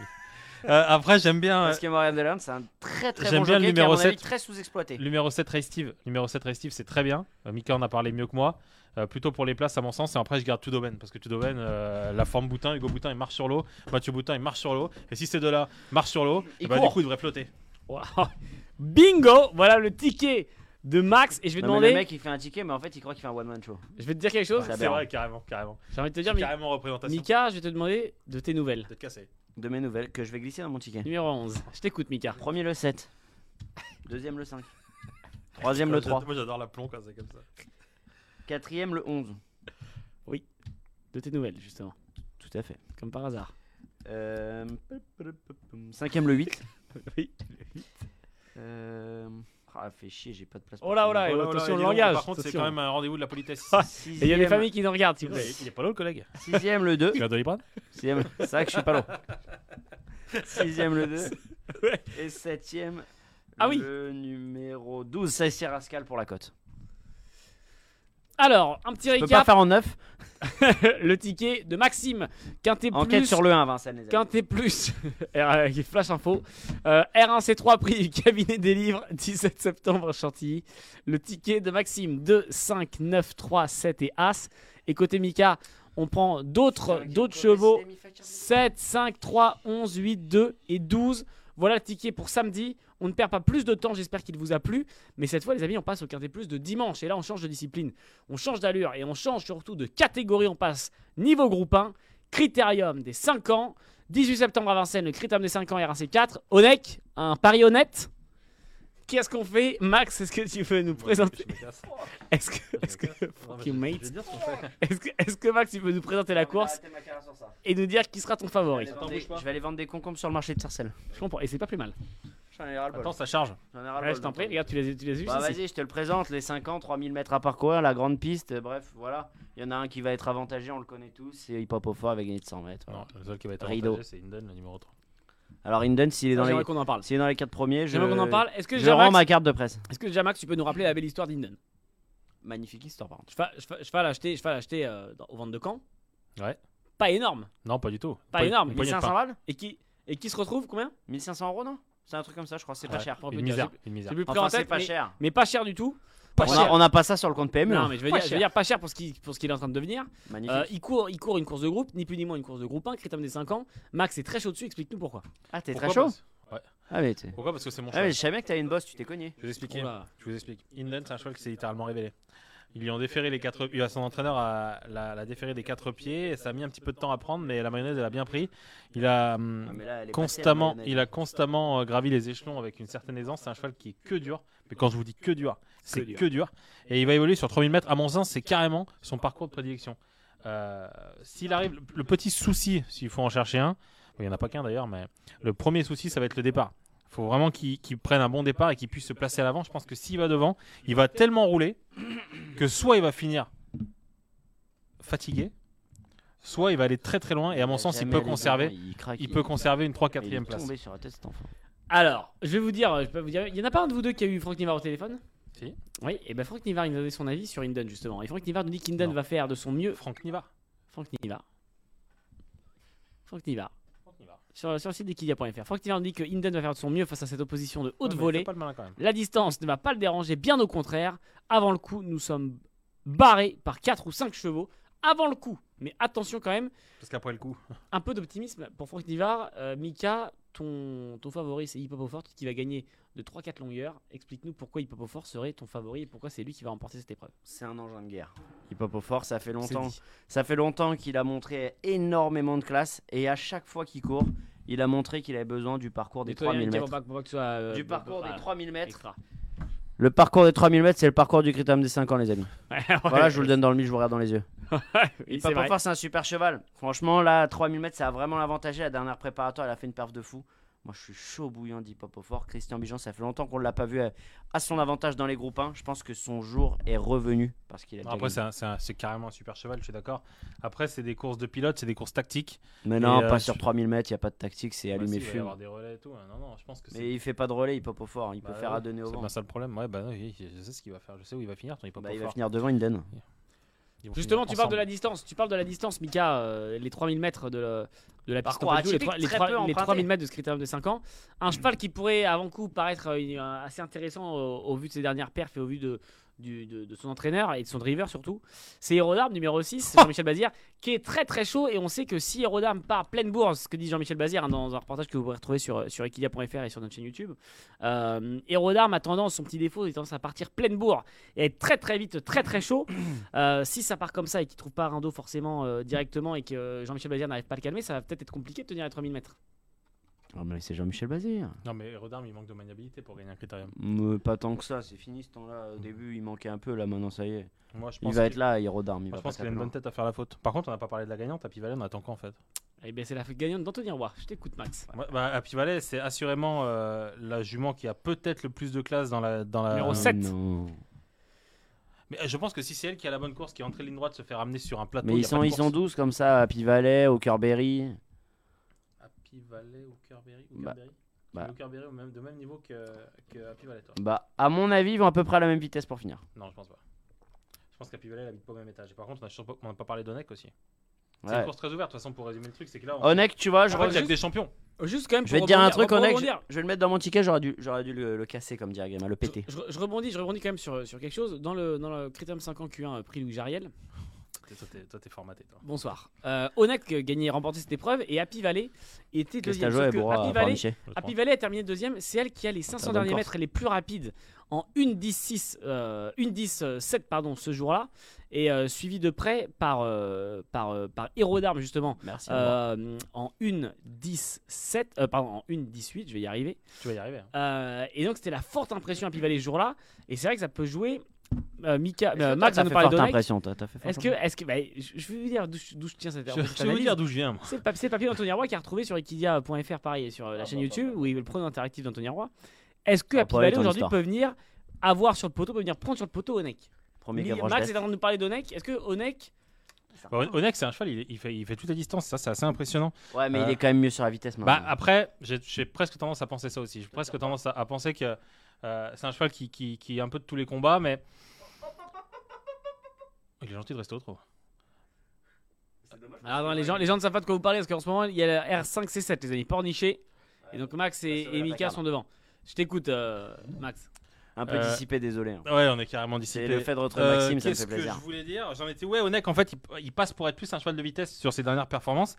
Speaker 3: Euh, après, j'aime bien.
Speaker 2: Parce que Morgan Delahunt, c'est un très très
Speaker 3: J'aime
Speaker 2: bon
Speaker 3: bien le
Speaker 2: jockey
Speaker 3: numéro
Speaker 2: qui est à mon avis,
Speaker 3: 7.
Speaker 2: très sous-exploité.
Speaker 3: Numéro 7, Ray Steve. Numéro 7, Ray Steve, c'est très bien. Euh, Mika en a parlé mieux que moi. Euh, plutôt pour les places, à mon sens. Et après, je garde Tudoben. Parce que Tudoben, euh, la forme Boutin, Hugo Boutin, il marche sur l'eau. Mathieu Boutin, il marche sur l'eau. Et si ces deux-là marchent sur l'eau,
Speaker 2: Il
Speaker 3: eh ben, du
Speaker 2: court.
Speaker 3: coup, il devrait flotter.
Speaker 1: Waouh. Bingo Voilà le ticket de Max. Et je vais, te
Speaker 2: Non, mais
Speaker 1: demander,
Speaker 2: le mec il fait un ticket, mais en fait il croit qu'il fait un one-man show.
Speaker 1: je vais te dire quelque chose.
Speaker 2: Ça
Speaker 3: C'est vrai, carrément. Carrément,
Speaker 1: J'ai envie de te dire, Mi-
Speaker 3: carrément représentation.
Speaker 1: Mika, je vais te demander de tes nouvelles.
Speaker 3: De casser.
Speaker 2: De mes nouvelles que je vais glisser dans mon ticket.
Speaker 1: Numéro 11. Je t'écoute, Mika.
Speaker 2: Premier le 7. Deuxième le 5. Troisième le 3.
Speaker 3: Moi, j'adore la plomb quand c'est comme ça.
Speaker 2: Quatrième le 11.
Speaker 1: De tes nouvelles, justement.
Speaker 2: Tout à fait.
Speaker 1: Comme par hasard.
Speaker 2: Euh, Cinquième le 8.
Speaker 1: Oui.
Speaker 2: Euh... Ah, fait chier, j'ai pas de place.
Speaker 1: Oh là, oh là,
Speaker 3: Oh là, oh là,
Speaker 1: attention
Speaker 3: dis
Speaker 1: le
Speaker 3: donc,
Speaker 1: langage.
Speaker 3: Par contre, c'est
Speaker 1: attention.
Speaker 3: quand même un rendez-vous de la politesse.
Speaker 2: Ah.
Speaker 1: Et il y a des familles qui nous regardent, s'il vous
Speaker 3: il
Speaker 1: plaît.
Speaker 3: est- il est pas là, le collègue
Speaker 2: Sixième le 2.
Speaker 3: Tu as Doliprane
Speaker 2: Sixième... C'est vrai que je suis pas long. Sixième le 2.
Speaker 1: Ouais.
Speaker 2: Et septième
Speaker 1: Ah oui.
Speaker 2: le numéro 12. Ça c'est Rascal pour la cote.
Speaker 1: Alors, un petit
Speaker 2: Je peux pas
Speaker 1: récap.
Speaker 2: faire en 9.
Speaker 1: le ticket de Maxime. Quintet
Speaker 2: Enquête
Speaker 1: plus.
Speaker 2: sur le 1, Vincent. Les amis.
Speaker 1: Quintet plus. R- euh, flash info. Euh, R1C3 prix du cabinet des livres. 17 septembre Chantilly. Le ticket de Maxime 2, 5, 9, 3, 7 et As. Et côté Mika, on prend d'autres d'autres chevaux. 7, 5, 3, 11, 8, 2 et 12. Voilà le ticket pour samedi. On ne perd pas plus de temps, j'espère qu'il vous a plu. Mais cette fois, les amis, on passe au quintet plus de dimanche. Et là, on change de discipline. On change d'allure et on change surtout de catégorie. On passe niveau groupe 1, critérium des 5 ans. 18 septembre à Vincennes, le critérium des 5 ans RAC4. Onec, un pari honnête. Qu'est-ce qu'on fait Max, est-ce que tu veux nous présenter Est-ce que, est-ce que, fuck you, mate. Est-ce que, est-ce que Max, tu peux nous présenter la course et nous dire qui sera ton favori
Speaker 2: Je vais aller
Speaker 3: Attends,
Speaker 2: vendre des-
Speaker 3: bouge pas.
Speaker 2: Je vais aller vendre des concombres sur le marché de Sarcelles.
Speaker 1: Je comprends, et c'est pas plus mal.
Speaker 2: J'en ai ras-le-bol.
Speaker 3: Attends, ça charge.
Speaker 2: J'en ai ras-le-bol
Speaker 1: Ouais, je t'en
Speaker 2: d'entendre.
Speaker 1: prie, regarde, tu les, tu les as vus. ça,
Speaker 2: Bah
Speaker 1: c'est-
Speaker 2: vas-y, je te le présente, les 50, 3000 mètres à parcourir, la grande piste, euh, bref, voilà. Il y en a un qui va être avantagé, on le connaît tous, c'est Hip Hop au Fort avec gagné de 100 mètres. voilà.
Speaker 3: Non, le seul qui va être
Speaker 2: Rideau.
Speaker 3: avantagé, c'est Inden, le numéro 3.
Speaker 2: Alors Inden, s'il est, dans
Speaker 1: Ah, J'aimerais
Speaker 2: les...
Speaker 1: qu'on en parle.
Speaker 2: s'il est dans les 4 premiers, je,
Speaker 1: J'aimerais qu'on en parle. Est-ce que,
Speaker 2: je rends
Speaker 1: Jamax,
Speaker 2: ma carte de presse.
Speaker 1: est-ce que Jamax, tu peux nous rappeler la belle histoire d'Inden
Speaker 2: Magnifique histoire, par contre.
Speaker 1: Je vais- je vais- je vais l'acheter, je vais l'acheter euh, dans- aux ventes de camp.
Speaker 3: Ouais.
Speaker 1: Pas énorme.
Speaker 3: Non, pas du tout.
Speaker 1: Pas
Speaker 3: Poign-
Speaker 1: énorme,
Speaker 3: une poignée de
Speaker 2: 1500
Speaker 3: pain.
Speaker 2: balles
Speaker 1: Et qui, et qui se retrouve combien
Speaker 2: 1500 euros, non C'est un truc comme ça, je crois, c'est pas
Speaker 3: Ouais,
Speaker 2: cher.
Speaker 1: Oh,
Speaker 3: Une
Speaker 1: putain,
Speaker 3: misère.
Speaker 1: j'ai-
Speaker 3: Une
Speaker 1: J'ai
Speaker 3: misère.
Speaker 1: plus le prix
Speaker 2: Enfin,
Speaker 1: en
Speaker 2: c'est
Speaker 1: tête,
Speaker 2: pas
Speaker 1: mais,
Speaker 2: cher.
Speaker 1: mais pas cher du tout. Pas
Speaker 2: on,
Speaker 1: cher.
Speaker 2: A, on a pas ça sur le compte PME.
Speaker 1: non,
Speaker 2: hein.
Speaker 1: mais je veux,
Speaker 2: Pas
Speaker 1: dire, je veux
Speaker 2: cher.
Speaker 1: dire pas cher pour ce qu'il pour ce qu'il est en train de devenir.
Speaker 2: Magnifique.
Speaker 1: Euh, il, court, il court une course de groupe, ni plus ni moins une course de groupe 1, critérium des 5 ans. Max est très chaud dessus, explique-nous pourquoi.
Speaker 2: ah, t'es
Speaker 3: Pourquoi
Speaker 2: très chaud
Speaker 3: parce-
Speaker 2: Ah, mais t'es-
Speaker 3: Pourquoi Parce que c'est mon
Speaker 2: Ah, mais
Speaker 3: cheval.
Speaker 2: je savais que t'avais une bosse, tu t'es cogné.
Speaker 3: Je vous explique.
Speaker 1: Oula.
Speaker 3: Je vous explique. Inden, c'est un cheval qui s'est littéralement révélé. Ils lui ont déféré les quatre. euh, Son entraîneur a- l'a l'a déféré des quatre pieds. et ça a mis un petit peu de temps à prendre, mais la mayonnaise, elle a bien pris. Il a. hum,
Speaker 2: Ah, mais là, elle est
Speaker 3: constamment,
Speaker 2: passée, elle,
Speaker 3: il a constamment euh, gravi les échelons avec une certaine aisance. C'est un cheval qui est que dur. Mais quand je vous dis que dur, c'est
Speaker 1: dur.
Speaker 3: que dur. Et il va évoluer sur 3000 mètres. À mon sens, c'est carrément son parcours de prédilection. Euh, s'il arrive, le- le petit souci, s'il faut en chercher un, il n'y en a pas qu'un d'ailleurs, mais le premier souci, ça va être le départ. Il faut vraiment qu'il qu'il prenne un bon départ et qu'il puisse se placer à l'avant. Je pense que s'il va devant, il va tellement rouler que soit il va finir fatigué, soit il va aller très très loin. Et à mon
Speaker 2: elle a
Speaker 3: sens, il
Speaker 2: jamais
Speaker 3: peut
Speaker 2: allé
Speaker 3: conserver
Speaker 2: dedans, Il, craque,
Speaker 3: il peut conserver une 3 4
Speaker 2: il est
Speaker 3: e place.
Speaker 2: tombé sur la tête, cet enfant.
Speaker 1: Alors, je vais vous dire, euh, je peux vous dire, il y en a pas un de vous deux qui a eu Franck Nivard au téléphone
Speaker 3: Si.
Speaker 1: Oui, et ben Franck Nivard, il nous a donné son avis sur Inden justement. Et Franck Nivard nous dit qu'Inden
Speaker 3: Non.
Speaker 1: va faire de son mieux.
Speaker 3: Franck Nivard.
Speaker 1: Franck Nivard. Franck Nivard. Sur, sur le site d'Equidia.fr. Franck Nivard nous dit que Inden va faire de son mieux face à cette opposition de haute
Speaker 3: Ouais, mais
Speaker 1: volée.
Speaker 3: fais pas le malin quand même.
Speaker 1: La distance ne va pas le déranger, bien au contraire. Avant le coup, nous sommes barrés par 4 ou 5 chevaux. Avant le coup, mais attention quand même,
Speaker 3: Parce qu'après le coup.
Speaker 1: un peu d'optimisme pour Franck Nivard. Euh, Mika, ton, ton favori, c'est Hip Hop au Fort qui va gagner de 3-4 longueurs. Explique-nous pourquoi Hip Hop au Fort serait ton favori et pourquoi c'est lui qui va remporter cette épreuve.
Speaker 2: C'est un engin de guerre. Hip Hop au fort, ça fait
Speaker 1: C'est
Speaker 2: longtemps.
Speaker 1: dit.
Speaker 2: Ça fait longtemps qu'il a montré énormément de classe et à chaque fois qu'il court, Il a montré qu'il avait besoin du parcours des
Speaker 1: Nettoyer un
Speaker 2: 3000
Speaker 1: kilo,
Speaker 2: mètres.
Speaker 1: pas- pour pas que tu sois, euh,
Speaker 2: Du
Speaker 1: bon,
Speaker 2: parcours des
Speaker 1: voilà,
Speaker 2: 3000 mètres.
Speaker 1: extra.
Speaker 2: Le parcours des 3000 mètres, c'est le parcours du critérium des 5 ans, les amis.
Speaker 1: Ouais,
Speaker 2: Voilà,
Speaker 1: ouais.
Speaker 2: je vous le donne dans le mille, je vous regarde dans les yeux.
Speaker 1: Oui,
Speaker 2: Pas
Speaker 1: c'est
Speaker 2: pour
Speaker 1: vrai.
Speaker 2: faire, c'est un super cheval. Franchement, là, 3000 mètres, ça a vraiment l'avantagé. La dernière préparatoire, elle a fait une perf de fou. Moi, je suis chaud bouillant d'Hip-Hop au fort. Christian Bijan, ça fait longtemps qu'on ne l'a pas vu à, à son avantage dans les groupes 1. Je pense que son jour est revenu parce qu'il a
Speaker 3: Non,
Speaker 2: déjà
Speaker 3: Après,
Speaker 2: gagné.
Speaker 3: c'est un- c'est un- c'est carrément un super cheval, je suis d'accord. Après, c'est des courses de pilote, c'est des courses tactiques.
Speaker 2: Mais non,
Speaker 3: Et, euh,
Speaker 2: pas
Speaker 3: sur-
Speaker 2: sur 3000 mètres, il n'y a pas de tactique, c'est
Speaker 3: Bah, si,
Speaker 2: allumé
Speaker 3: il va y
Speaker 2: fume.
Speaker 3: avoir des relais et tout. hein. Non, non, je pense que c'est.
Speaker 2: Mais il fait pas de relais, Hip-Hop au fort. Il
Speaker 3: Bah,
Speaker 2: peut faire
Speaker 3: ouais,
Speaker 2: à donner au
Speaker 3: C'est
Speaker 2: vent.
Speaker 3: bien ça le problème. Ouais, bah, non, je je sais ce qu'il va faire, je sais où il va finir. Ton hip-hop
Speaker 2: Bah,
Speaker 3: au
Speaker 2: il va
Speaker 3: fort.
Speaker 2: finir devant, il donne.
Speaker 3: Ils vont
Speaker 1: Justement,
Speaker 3: finir
Speaker 1: tu parles de
Speaker 3: ensemble.
Speaker 1: la distance. Tu parles de la distance, Mika. euh, les 3000 mètres de, la- de la piste
Speaker 2: Parcours
Speaker 1: en Pompidou, les,
Speaker 2: atypique,
Speaker 1: trois- les
Speaker 2: très
Speaker 1: trois-
Speaker 2: peu
Speaker 1: les
Speaker 2: emprunté.
Speaker 1: 3000 mètres de ce critérium de 5 ans.
Speaker 3: Hmm.
Speaker 1: Un cheval qui pourrait, avant coup, paraître euh, une- un- assez intéressant euh, au, vu de ses dernières perfs et au vu de, du- de, de son entraîneur et de son driver surtout. C'est Hérodarme numéro 6, Jean-Michel Bazir, qui est très très chaud. Et on sait que si Hérodarme part pleine bourre, ce que dit Jean-Michel Bazir hein, dans un reportage que vous pourrez retrouver sur, euh, sur equidia.fr et sur notre chaîne YouTube, euh, Hérodarme a tendance, son petit défaut, c'est tendance à partir pleine bourre et être très très vite, très très chaud. Euh, si ça part comme ça et qu'il trouve pas un dos forcément euh, directement et que euh, Jean-Michel Bazir n'arrive pas à le calmer, ça va peut-être être compliqué de tenir les 3000 mètres.
Speaker 2: Ah, mais c'est Jean-Michel hein. Bazir.
Speaker 3: Non, mais Rodarm, il manque de maniabilité pour gagner un critérium.
Speaker 2: Mais pas tant que ça, c'est fini ce temps-là. Au début, il manquait un peu, là maintenant, ça y est.
Speaker 3: Moi, je pense
Speaker 2: Il va
Speaker 3: qu'il-
Speaker 2: être là, il redarme. Il
Speaker 3: moi,
Speaker 2: va
Speaker 3: je
Speaker 2: pas
Speaker 3: pense qu'il a une bonne
Speaker 2: s'appeler.
Speaker 3: tête à faire la faute. Par contre, on n'a pas parlé de la gagnante. Happy Valley, on attend quoi en fait
Speaker 1: Et bien Eh ben, c'est la gagnante d'Anthony Roy. Je t'écoute Max.
Speaker 3: Ouais, bah, Happy Valley, c'est assurément euh, la jument qui a peut-être le plus de classe dans la. Dans la...
Speaker 1: Numéro
Speaker 2: Ah,
Speaker 1: sept.
Speaker 2: non.
Speaker 3: Mais euh, je pense que si c'est elle qui a la bonne course, qui est entrée ligne droite, se fait ramener sur un plateau.
Speaker 2: Mais
Speaker 3: il y
Speaker 2: ils
Speaker 3: a pas
Speaker 2: sont,
Speaker 3: de
Speaker 2: ils
Speaker 3: course.
Speaker 2: sont 12 comme ça, à Pivalet, au Curberry.
Speaker 3: Happy Valley ou Curberry ou
Speaker 2: Bah,
Speaker 3: Curberry
Speaker 2: bah.
Speaker 3: Ou Curberry au même, de même niveau que, que Happy Valley, toi
Speaker 2: Bah, à mon avis, ils vont à peu près à la même vitesse pour finir.
Speaker 3: Non, je pense pas. Je pense qu'Happy Valley elle habite pas au même étage. Et par contre, on a sur- on n'a pas parlé d'Onek aussi. C'est une
Speaker 2: Ouais.
Speaker 3: course très ouverte. De toute façon, pour résumer le truc, c'est que là, on...
Speaker 2: Onek, tu vois,
Speaker 3: je
Speaker 2: je,
Speaker 3: crois
Speaker 2: re-
Speaker 3: qu'il y a que des champions.
Speaker 1: Oh, Juste quand même.
Speaker 2: je vais te
Speaker 1: pour
Speaker 2: dire un
Speaker 1: rebondir-
Speaker 2: truc,
Speaker 1: pour
Speaker 2: Onek, je,
Speaker 1: rebondir.
Speaker 2: je vais le mettre dans mon ticket, j'aurais dû, j'aurais dû le, le casser, comme dirait Grima, le péter.
Speaker 1: Je, je rebondis, je rebondis quand même sur, sur quelque chose. Dans le, dans le Critérium 5 ans Q1 euh, prix Louis Jariel,
Speaker 3: Toi, t'es- toi, t'es- Toi, t'es formaté, toi.
Speaker 1: bonsoir. Euh, Onek euh, gagnait et remportait cette épreuve et Happy Valley était
Speaker 2: Qu'est-ce qu'à
Speaker 1: deuxième.
Speaker 2: jouer
Speaker 1: Sauf
Speaker 2: avec Bourra
Speaker 1: que Happy
Speaker 2: à
Speaker 1: Valley,
Speaker 2: Pornichet
Speaker 3: Je
Speaker 1: Happy
Speaker 3: pense.
Speaker 1: Valley Ah, a terminé deuxième, c'est elle qui a les 500
Speaker 2: bonne
Speaker 1: derniers
Speaker 2: course.
Speaker 1: mètres les plus rapides en 1.16, euh, 1.10, euh, 7 pardon, ce jour-là, et euh, suivi de près par, euh, par, euh, par Héros d'Armes justement
Speaker 2: Merci.
Speaker 1: euh, en 1.17, euh, pardon, en 1.18, je vais y arriver.
Speaker 3: Tu vas y arriver. hein.
Speaker 1: Euh, et donc c'était la forte impression Happy Valley ce jour-là, et c'est vrai que ça peut jouer. Euh, Mika, euh, Max
Speaker 2: t'as
Speaker 1: va
Speaker 2: fait
Speaker 1: nous parler
Speaker 2: forte
Speaker 1: d'Onek.
Speaker 2: impression, toi, t'as fait forte
Speaker 1: Est-ce que, est-ce que, bah, je je vais vous dire d'où je d'où je tiens cette
Speaker 3: Je,
Speaker 1: cette
Speaker 3: je vais vous
Speaker 1: analyse.
Speaker 3: dire d'où je viens. moi.
Speaker 1: C'est le, pap- c'est le papier d'Anthony Roy qui est retrouvé sur equidia.fr, pareil, et sur euh, la
Speaker 2: Ah,
Speaker 1: chaîne
Speaker 2: bah,
Speaker 1: YouTube,
Speaker 2: bah,
Speaker 1: où il y a le prono interactif d'Anthony Roy. Est-ce que
Speaker 2: Ah,
Speaker 1: Happy
Speaker 2: pour aller
Speaker 1: Valley
Speaker 2: ton
Speaker 1: aujourd'hui
Speaker 2: histoire.
Speaker 1: peut venir avoir sur le poteau, peut venir prendre sur le poteau Onek
Speaker 2: Premier
Speaker 1: Lui,
Speaker 2: Gavroche
Speaker 1: Max
Speaker 2: Oh, Best.
Speaker 1: est en train de nous parler d'Onek. Est-ce que Onek.
Speaker 3: Bon, Onek, c'est un cheval, il, il fait, il fait toute la distance. Ça, c'est assez impressionnant.
Speaker 2: Ouais, mais il
Speaker 3: Euh,
Speaker 2: est quand même mieux sur la vitesse
Speaker 3: Bah,
Speaker 2: maintenant.
Speaker 3: après, j'ai j'ai presque tendance à penser ça aussi. J'ai presque tendance à, à penser que euh, c'est un cheval qui, qui, qui est un peu de tous les combats, mais. Il est gentil de rester au trot.
Speaker 1: Alors, Ah, non, les, gens, les gens ne savent pas de quoi vous parlez, parce qu'en ce moment, il y a la R5C7, les amis, porniché. Et donc, Max et,
Speaker 2: sur
Speaker 1: et
Speaker 2: la
Speaker 1: Mika
Speaker 2: placarde.
Speaker 1: sont devant. Je t'écoute, euh, Max.
Speaker 2: Un peu
Speaker 3: euh,
Speaker 2: dissipé, désolé. hein.
Speaker 3: Ouais, on est carrément
Speaker 2: C'est
Speaker 3: dissipé.
Speaker 2: le fait de retrouver
Speaker 3: Euh,
Speaker 2: Maxime, ça me
Speaker 3: Qu'est-ce
Speaker 2: fait
Speaker 3: que je
Speaker 2: plaisir.
Speaker 3: voulais dire J'en étais. Ouais, Onek, en fait, il, il passe pour être plus un cheval de vitesse sur ses dernières performances.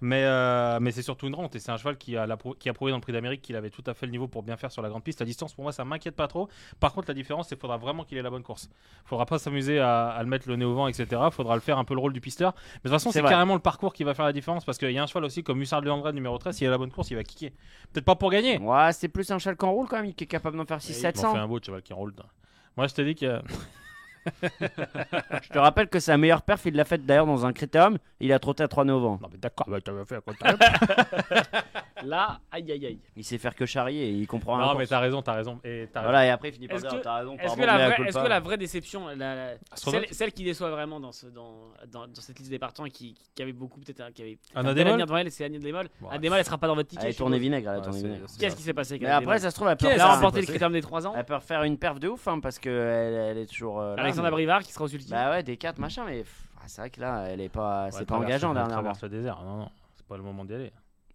Speaker 3: Mais, euh, mais c'est surtout une rente et c'est un cheval qui a, la prou- qui a prouvé dans le prix d'Amérique qu'il avait tout à fait le niveau pour bien faire sur la grande piste. La distance, pour moi, ça m'inquiète pas trop. Par contre, la différence, c'est qu'il faudra vraiment qu'il ait la bonne course. Il faudra pas s'amuser à, à le mettre le nez au vent, etc. Il faudra le faire un peu le rôle du pisteur. Mais de toute façon,
Speaker 2: C'est
Speaker 3: c'est
Speaker 2: vrai.
Speaker 3: carrément le parcours qui va faire la différence parce qu'il y a un cheval aussi comme Hussard de André numéro 13. S'il a la bonne course, il va kicker. Peut-être pas pour gagner.
Speaker 2: Ouais, c'est plus un cheval qu'en roule quand même, qui est capable d'en faire
Speaker 3: Il m'en fait
Speaker 2: 6-700.
Speaker 3: un beau cheval qui roule. Moi, je te dis que.
Speaker 2: Je te rappelle que sa meilleure perf, il l'a faite d'ailleurs dans un critérium. Il a trotté à 3 novembre.
Speaker 3: Non, mais d'accord, bah, t'avais fait à quoi
Speaker 1: Là, aïe aïe aïe.
Speaker 2: Il sait faire que charrier et il comprend rien.
Speaker 3: Non, mais euh, t'as raison, t'as raison. Et t'as
Speaker 2: Voilà, et après il finit par
Speaker 1: Est-ce
Speaker 2: dire
Speaker 1: que-
Speaker 2: T'as raison,
Speaker 1: Est-ce
Speaker 2: pardon,
Speaker 1: que, la
Speaker 2: mea
Speaker 1: vraie-
Speaker 2: culpa.
Speaker 1: est-ce que la vraie déception, la-
Speaker 2: Ah,
Speaker 1: la-
Speaker 3: Astronaute
Speaker 1: celle, celle qui déçoit vraiment dans, ce, dans, dans, dans cette liste des partants et qui, qui avait beaucoup peut-être hein, qui avait peut-être
Speaker 3: Anna
Speaker 1: un bel
Speaker 3: Demol
Speaker 1: avenir devant elle, c'est Anne Demol.
Speaker 3: Ouais.
Speaker 1: Anne Demol, elle sera pas dans votre ticket.
Speaker 2: Elle est
Speaker 1: je
Speaker 2: tournée
Speaker 1: suppose.
Speaker 2: vinaigre, elle a
Speaker 3: Ouais,
Speaker 2: tournée
Speaker 3: c'est-
Speaker 2: vinaigre.
Speaker 3: c'est-
Speaker 1: Qu'est-ce qui s'est passé avec
Speaker 2: Mais
Speaker 1: Anne
Speaker 2: après,
Speaker 1: Demol
Speaker 2: ça se trouve, elle peut,
Speaker 1: Qui
Speaker 2: faire,
Speaker 1: a
Speaker 3: s'est
Speaker 2: un-
Speaker 1: remporté le
Speaker 3: passé
Speaker 1: critérium des 3 ans
Speaker 2: elle peut refaire une perf de ouf hein, parce que elle, elle est toujours. euh, là,
Speaker 1: Alexandre
Speaker 2: mais-
Speaker 1: Abrivard qui sera au sulky.
Speaker 2: Bah ouais, des cartes, machin, mais pff, ah, c'est vrai que là, elle est pas, c'est pas engageant dernièrement.
Speaker 3: le désert, non, non. C'est pas le moment d'y aller.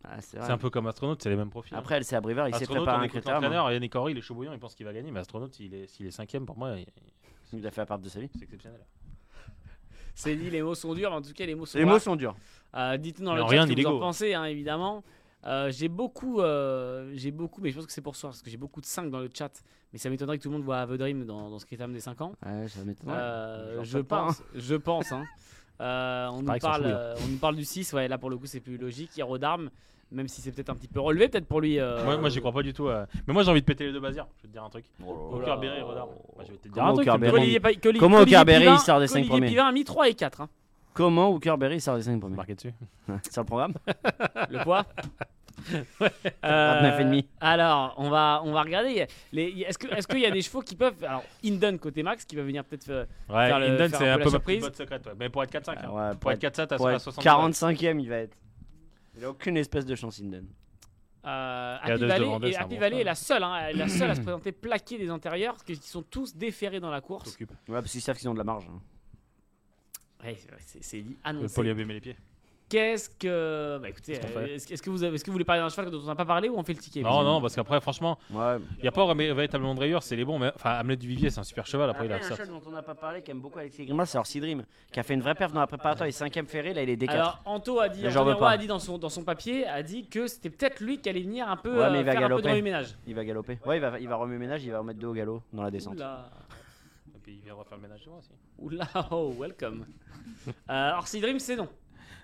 Speaker 2: Ah, c'est
Speaker 3: C'est
Speaker 2: vrai.
Speaker 3: un peu comme astronaute, c'est les mêmes profils.
Speaker 2: Après, elle sait Abrivard, il sait
Speaker 3: astronaute,
Speaker 2: préparer
Speaker 3: on
Speaker 2: un
Speaker 3: écoute
Speaker 2: critérium. hein.
Speaker 3: l'entraîneur, Yannick Henry, il est chaud bouillant, il pense qu'il va gagner. Mais astronaute, s'il est, s'il est cinquième, pour moi, il-
Speaker 2: Il a fait la perf de sa vie.
Speaker 3: c'est exceptionnel.
Speaker 1: C'est dit, les mots sont durs, mais en tout cas, les mots sont
Speaker 2: Les
Speaker 1: là.
Speaker 2: mots sont durs.
Speaker 1: Euh, Dites-nous dans
Speaker 3: Mais
Speaker 1: le
Speaker 3: en
Speaker 1: chat
Speaker 3: rien
Speaker 1: ce que vous en
Speaker 3: d'illégaux.
Speaker 1: pensez, hein, évidemment. Euh, j'ai beaucoup, euh, j'ai beaucoup, mais je pense que c'est pour ce soir, parce que j'ai beaucoup de 5 dans le chat. Mais ça m'étonnerait que tout le monde voit Ave Dream dans, dans ce critérium des 5 ans.
Speaker 2: Ouais, ça m'étonne.
Speaker 1: Euh,
Speaker 2: j'en
Speaker 1: je,
Speaker 2: sais pas,
Speaker 1: pense, je pense, hein. Euh, on, nous
Speaker 3: paraît que ça
Speaker 1: parle,
Speaker 3: fouille, hein.
Speaker 1: euh, on nous parle du 6, ouais, là pour le coup c'est plus logique. Héros d'armes, Même si c'est peut-être un petit peu relevé, peut-être pour lui. euh,
Speaker 3: Moi, moi j'y crois pas du tout. euh. Mais moi, j'ai envie de péter les deux bazières. Je vais te dire un truc.
Speaker 1: Oh
Speaker 3: Au
Speaker 1: là.
Speaker 3: Carberry, Rodard. Moi, je vais te dire
Speaker 2: Comment
Speaker 3: un
Speaker 2: au
Speaker 3: truc.
Speaker 1: que
Speaker 2: Carberry
Speaker 3: Carberry,
Speaker 1: Olivier Pa- que Oli-
Speaker 2: Comment
Speaker 1: qu'Olivier
Speaker 2: Aucarbéry,
Speaker 1: Pivin-
Speaker 2: il sort des cinq
Speaker 1: qu'Olivier
Speaker 2: premiers.
Speaker 1: Pivin a mis 3 et 4. hein.
Speaker 2: Comment Berry sort les 5
Speaker 3: il
Speaker 2: premiers
Speaker 3: marqué dessus.
Speaker 2: C'est le programme
Speaker 1: Le poids
Speaker 2: et demi.
Speaker 1: Euh, Alors, on va, on va regarder. Les- Est-ce qu'il est qu'il y a des chevaux qui peuvent. Alors, Inden côté Max qui va venir peut-être. euh,
Speaker 3: Ouais,
Speaker 1: Faire le-
Speaker 3: Inden,
Speaker 1: faire
Speaker 3: c'est
Speaker 1: un
Speaker 3: un
Speaker 1: peu la
Speaker 3: peu ma petite
Speaker 1: surprise.
Speaker 3: botte secrète. ouais. Mais pour être 4-5. hein.
Speaker 2: Ouais,
Speaker 3: Pour
Speaker 2: pour
Speaker 3: être 4-5, t'as
Speaker 2: pour être
Speaker 3: 60.
Speaker 2: 45ème, il va être. Il a aucune espèce de chance, Inden.
Speaker 1: Euh,
Speaker 3: Et à
Speaker 1: Happy
Speaker 3: deux
Speaker 1: Valley,
Speaker 3: devant deux,
Speaker 1: et
Speaker 3: ça
Speaker 1: Happy
Speaker 3: avance
Speaker 1: Valley
Speaker 3: pas.
Speaker 1: est la seule, hein, elle est la seule à se présenter plaquée des antérieurs, parce qu'ils sont tous déférés dans la course.
Speaker 3: S'occupe.
Speaker 2: Ouais, parce qu'ils savent qu'ils ont de la marge. hein.
Speaker 1: Ouais, c'est vrai, c'est c'est dit
Speaker 3: Le
Speaker 1: annoncé.
Speaker 3: Paul lui avait mis les pieds.
Speaker 1: Qu'est-ce que. Bah écoutez,
Speaker 3: Qu'est-ce qu'on
Speaker 1: euh,
Speaker 3: fait
Speaker 1: est-ce est-ce que, vous avez- est-ce que vous voulez parler d'un cheval dont on n'a pas parlé ou on fait le ticket
Speaker 3: Non, non, parce qu'après, franchement,
Speaker 2: Ouais.
Speaker 3: il n'y a pas vraiment- véritablement de rayures. C'est les bons. mais- Enfin, Hamlet du Vivier, c'est un super cheval. Après,
Speaker 2: Après,
Speaker 3: il a
Speaker 2: un
Speaker 3: ça.
Speaker 2: cheval dont on n'a pas parlé, qui aime beaucoup Alexis Grimaud, c'est Orsi Dream, qui a fait une vraie perf dans la préparatoire. Il est 5ème ferré, là il est D4.
Speaker 1: Alors, Anto a dit,
Speaker 2: Mais j'en
Speaker 1: Anthony
Speaker 2: veux
Speaker 1: Roy
Speaker 2: pas.
Speaker 1: a dit dans son, dans son papier, a dit que c'était peut-être lui qui allait venir un peu
Speaker 2: Ouais, mais
Speaker 1: euh,
Speaker 2: il va
Speaker 1: faire un peu de
Speaker 2: galoper.
Speaker 1: remue ménage.
Speaker 2: Il va galoper. Ouais, il va, il va remuer ménage, il va remettre deux au galop dans la descente.
Speaker 1: Oula,
Speaker 3: Et puis, il viendra faire le ménage devant aussi.
Speaker 1: oula, oh, welcome. euh, Orsi Dream, c'est non.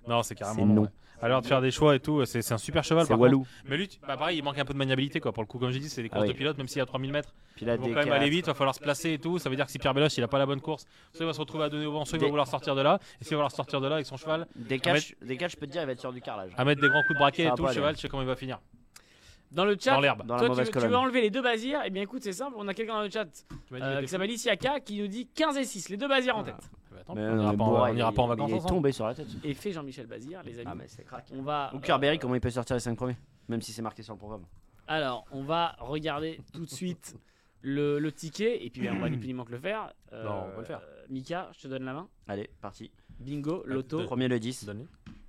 Speaker 3: Non, c'est carrément
Speaker 2: C'est non.
Speaker 3: non. ouais. Alors de faire des choix et tout, euh, c'est c'est un super cheval.
Speaker 2: C'est
Speaker 3: Par
Speaker 2: Walou. Ah
Speaker 3: contre. Mais lui, tu- bah, pareil, il manque un peu de maniabilité quoi. Pour le coup, comme j'ai dit, c'est des courses
Speaker 2: oui. Ah,
Speaker 3: de pilote, même s'il y a 3000 mètres.
Speaker 2: Puis là,
Speaker 3: Ils vont
Speaker 2: D4.
Speaker 3: quand même aller vite, va falloir se placer et tout. Ça veut dire que si Pierre Beloche il a pas la bonne course, soit il va se retrouver à donner au vent, soit il va
Speaker 2: Des-
Speaker 3: vouloir sortir de là. Et s'il va vouloir sortir de là avec son cheval,
Speaker 2: D4, je- D4, je peux te dire, il va être sur du carrelage.
Speaker 3: à mettre des grands coups de braquet
Speaker 2: Ça
Speaker 3: et
Speaker 2: va
Speaker 3: tout,
Speaker 2: pas
Speaker 3: le
Speaker 2: aller.
Speaker 3: cheval, je sais comment il va finir.
Speaker 1: Dans le chat,
Speaker 3: Dans l'herbe.
Speaker 2: Dans
Speaker 1: toi,
Speaker 2: la
Speaker 1: tu
Speaker 2: mauvaise
Speaker 1: veux, tu
Speaker 2: colonne.
Speaker 1: veux enlever les deux Bazirs Eh bien écoute, c'est simple, on a quelqu'un dans le chat
Speaker 3: Tu m'as dit, il
Speaker 1: euh,
Speaker 3: était
Speaker 1: qui
Speaker 3: fou.
Speaker 1: s'appelle Isiaka qui nous dit 15 et 6, les deux Bazirs en
Speaker 2: Voilà.
Speaker 1: tête.
Speaker 3: Bah, attends,
Speaker 2: Mais
Speaker 3: on
Speaker 2: non,
Speaker 3: n'ira
Speaker 2: mais
Speaker 3: pas, en-
Speaker 2: Bourra,
Speaker 3: on ira
Speaker 2: il-
Speaker 3: pas en vacances hein.
Speaker 2: Il est
Speaker 3: ensemble.
Speaker 2: tombé sur la tête.
Speaker 1: Et fait Jean-Michel Bazir, les amis.
Speaker 2: Ah, mais c'est crack.
Speaker 1: On va.
Speaker 2: Ou Carberry, comment il peut sortir les 5 premiers Même si c'est marqué sur le programme.
Speaker 1: euh, Alors, on va regarder tout de suite le, le ticket et puis ben, on va ni plus ni moins que le faire. Euh,
Speaker 2: Bah,
Speaker 3: Non, on va le faire.
Speaker 1: euh, Mika, je te donne la main.
Speaker 2: Allez, parti. Bah,
Speaker 1: Bingo, loto.
Speaker 3: deux.
Speaker 2: Premier le 10,
Speaker 3: Donne-lui.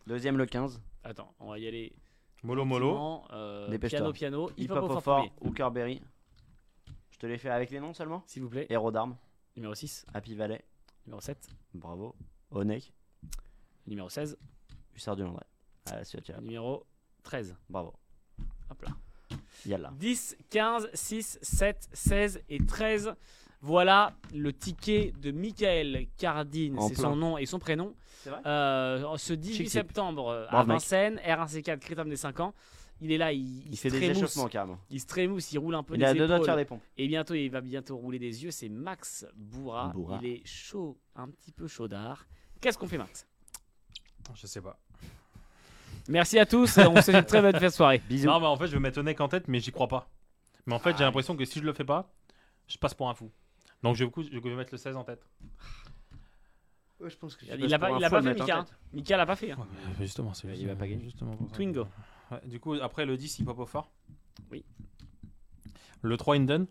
Speaker 2: deuxième le 15,
Speaker 1: Attends, on va y aller.
Speaker 3: Molo Molo.
Speaker 1: gentiment, euh,
Speaker 2: Dépêche-toi.
Speaker 1: piano, piano. Hip
Speaker 2: Hip
Speaker 1: hop
Speaker 2: Hop
Speaker 1: au
Speaker 2: au
Speaker 1: fort,
Speaker 2: fort,
Speaker 1: premier,
Speaker 2: Hooker Berry. Je te l'ai fait avec les noms seulement
Speaker 1: S'il vous plaît.
Speaker 2: Héros d'armes,
Speaker 1: Numéro 6,
Speaker 2: Happy Valley,
Speaker 1: numéro 7,
Speaker 2: bravo, Onek,
Speaker 1: numéro 16,
Speaker 2: Hussard du Landré. Ah, celui-là, tu l'as.
Speaker 1: numéro 13.
Speaker 2: bravo.
Speaker 1: Hop là.
Speaker 2: Yalla.
Speaker 1: 10, 15, 6, 7, 16 et 13. Voilà le ticket de Michael Cardine,
Speaker 2: En
Speaker 1: c'est
Speaker 2: plein.
Speaker 1: son nom et son prénom.
Speaker 2: C'est vrai
Speaker 1: Euh, ce 18
Speaker 2: Chic type.
Speaker 1: septembre euh, à
Speaker 2: Brave mec.
Speaker 1: Vincennes, R1C4, Critam des 5 ans. Il est là, il,
Speaker 2: Il
Speaker 1: se
Speaker 2: fait des
Speaker 1: trémousse,
Speaker 2: échauffements carrément.
Speaker 1: Il se trémousse, il roule un peu
Speaker 2: Il
Speaker 1: les
Speaker 2: a deux doigts de
Speaker 1: épaules.
Speaker 2: faire des pompes.
Speaker 1: Et bientôt, il va bientôt rouler des yeux. C'est Max Bourra.
Speaker 2: Bourra.
Speaker 1: Il est chaud, un petit peu chaudard. Qu'est-ce qu'on fait, Max
Speaker 3: Je sais pas.
Speaker 1: Merci à tous. On vous souhaite une très bonne fête soirée.
Speaker 2: Bisous.
Speaker 3: Non, mais en fait, je vais mettre Onek en tête, mais j'y crois pas. Mais en fait,
Speaker 2: Ah.
Speaker 3: j'ai l'impression que si je le fais pas, je passe pour un fou. Donc, je coup, je vais mettre le 16 en tête.
Speaker 2: je pense que
Speaker 1: Il l'a pas, il l'a pas fait, Mika. hein. Mika l'a pas fait. hein.
Speaker 3: justement, c'est
Speaker 2: Il va pas gagner.
Speaker 3: Justement pour ça.
Speaker 1: Twingo.
Speaker 3: Ouais, du coup, après le 10, hip hop au fort.
Speaker 1: Oui.
Speaker 3: Le 3, Inden.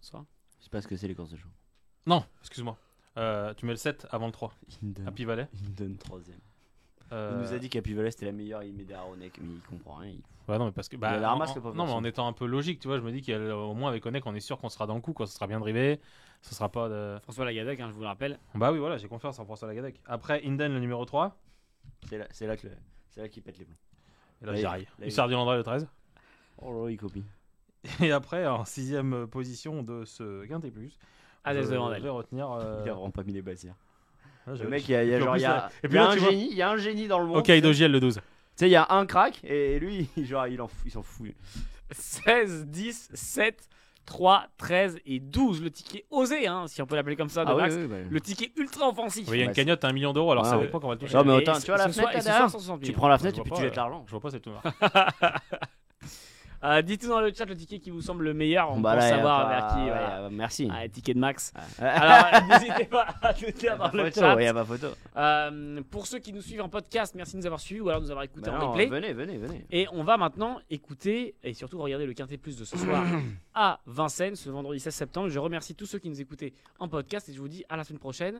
Speaker 1: Bonsoir.
Speaker 2: Je sais pas ce que c'est les courses de jour.
Speaker 3: Non, excuse-moi. Euh, tu mets le 7 avant le 3.
Speaker 2: Il me donne-
Speaker 3: Happy Valley.
Speaker 2: il me donne troisième.
Speaker 3: Ah, Euh,
Speaker 2: Il nous a dit qu'Happy Valley c'était la meilleure, il met derrière Onek, mais il comprend rien. il-
Speaker 3: Ouais, non, mais parce que. Bah,
Speaker 2: Il a la
Speaker 3: en-
Speaker 2: ramasse,
Speaker 3: en-
Speaker 2: le pauvre
Speaker 3: Non, mais
Speaker 2: garçon.
Speaker 3: en étant un peu logique, tu vois, je me dis qu'au moins avec Onek, on est sûr qu'on sera dans le coup, quoi. Ce sera bien drivé. Ce sera pas de.
Speaker 1: François Lagadec, hein, je vous le rappelle.
Speaker 3: Bah oui, voilà, j'ai confiance en François Lagadec. Après, Inden, le numéro 3.
Speaker 2: C'est là, c'est là que le- c'est là qu'il pète les plombs.
Speaker 3: Et là,
Speaker 2: Là,
Speaker 3: j'y
Speaker 2: il-
Speaker 3: arrive.
Speaker 2: là, il-
Speaker 3: Hussard du Landré, le 13.
Speaker 2: Oh là, il copie.
Speaker 3: Et après, en sixième position de ce Quintet Plus.
Speaker 1: Adès
Speaker 3: je
Speaker 1: de Vandel.
Speaker 3: vais retenir. euh,
Speaker 2: Il a vraiment pas mis les bases
Speaker 3: là, je-
Speaker 2: Le mec, il y a, il y a
Speaker 3: puis en
Speaker 2: genre,
Speaker 3: plus,
Speaker 2: il y a,
Speaker 3: là- et
Speaker 2: il
Speaker 3: puis
Speaker 2: y a
Speaker 3: là,
Speaker 2: un
Speaker 3: tu vois-
Speaker 2: génie, il y a un génie dans le monde.
Speaker 3: Ok,
Speaker 2: tu sais.
Speaker 3: Idogiel, le 12.
Speaker 2: Tu sais, il y a un crack et lui, genre, il en fout- il s'en fout.
Speaker 1: 16, 10, 7, 3, 13 et 12. Le ticket osé, hein, si on peut l'appeler comme
Speaker 3: Ah,
Speaker 1: ça, de
Speaker 2: Ah
Speaker 1: Max.
Speaker 2: bah,
Speaker 1: Le ticket ultra offensif.
Speaker 3: Il y a une
Speaker 2: Ouais,
Speaker 3: cagnotte à 1 million d'euros, alors
Speaker 2: Ouais,
Speaker 3: ça
Speaker 2: ouais.
Speaker 3: dépend qu'on va le toucher.
Speaker 2: Non, mais
Speaker 1: Et
Speaker 2: autant,
Speaker 1: ce-
Speaker 2: tu vois, la
Speaker 1: ce soir-
Speaker 2: fenêtre, là,
Speaker 1: et ce soir,
Speaker 2: derrière,
Speaker 1: 160 000.
Speaker 2: Tu prends la fenêtre
Speaker 3: vois
Speaker 2: et puis
Speaker 3: pas,
Speaker 2: tu jettes
Speaker 3: euh,
Speaker 2: l'argent.
Speaker 3: Je vois pas, c'est tout noir.
Speaker 1: Euh, Dites-nous dans le chat le ticket qui vous semble le meilleur. On
Speaker 2: Bon, bah,
Speaker 1: pense
Speaker 2: là, il y a
Speaker 1: savoir
Speaker 2: pas-
Speaker 1: vers qui.
Speaker 2: ouais,
Speaker 1: voilà.
Speaker 2: bah, Merci.
Speaker 1: Ah, ticket de Max.
Speaker 2: Ah,
Speaker 1: Alors, n'hésitez pas à nous
Speaker 2: il y a
Speaker 1: dire dans
Speaker 2: ma
Speaker 1: le
Speaker 2: photo,
Speaker 1: chat.
Speaker 2: ouais, il y a ma photo.
Speaker 1: Euh, pour ceux qui nous suivent en podcast, merci de nous avoir suivis ou alors de nous avoir écoutés
Speaker 2: Bah
Speaker 1: en
Speaker 2: non,
Speaker 1: replay.
Speaker 2: Venez, venez, venez.
Speaker 1: Et on va maintenant écouter et surtout regarder le Quintet Plus de ce soir à Vincennes ce vendredi 16 septembre. Je remercie tous ceux qui nous écoutaient en podcast et je vous dis à la semaine prochaine.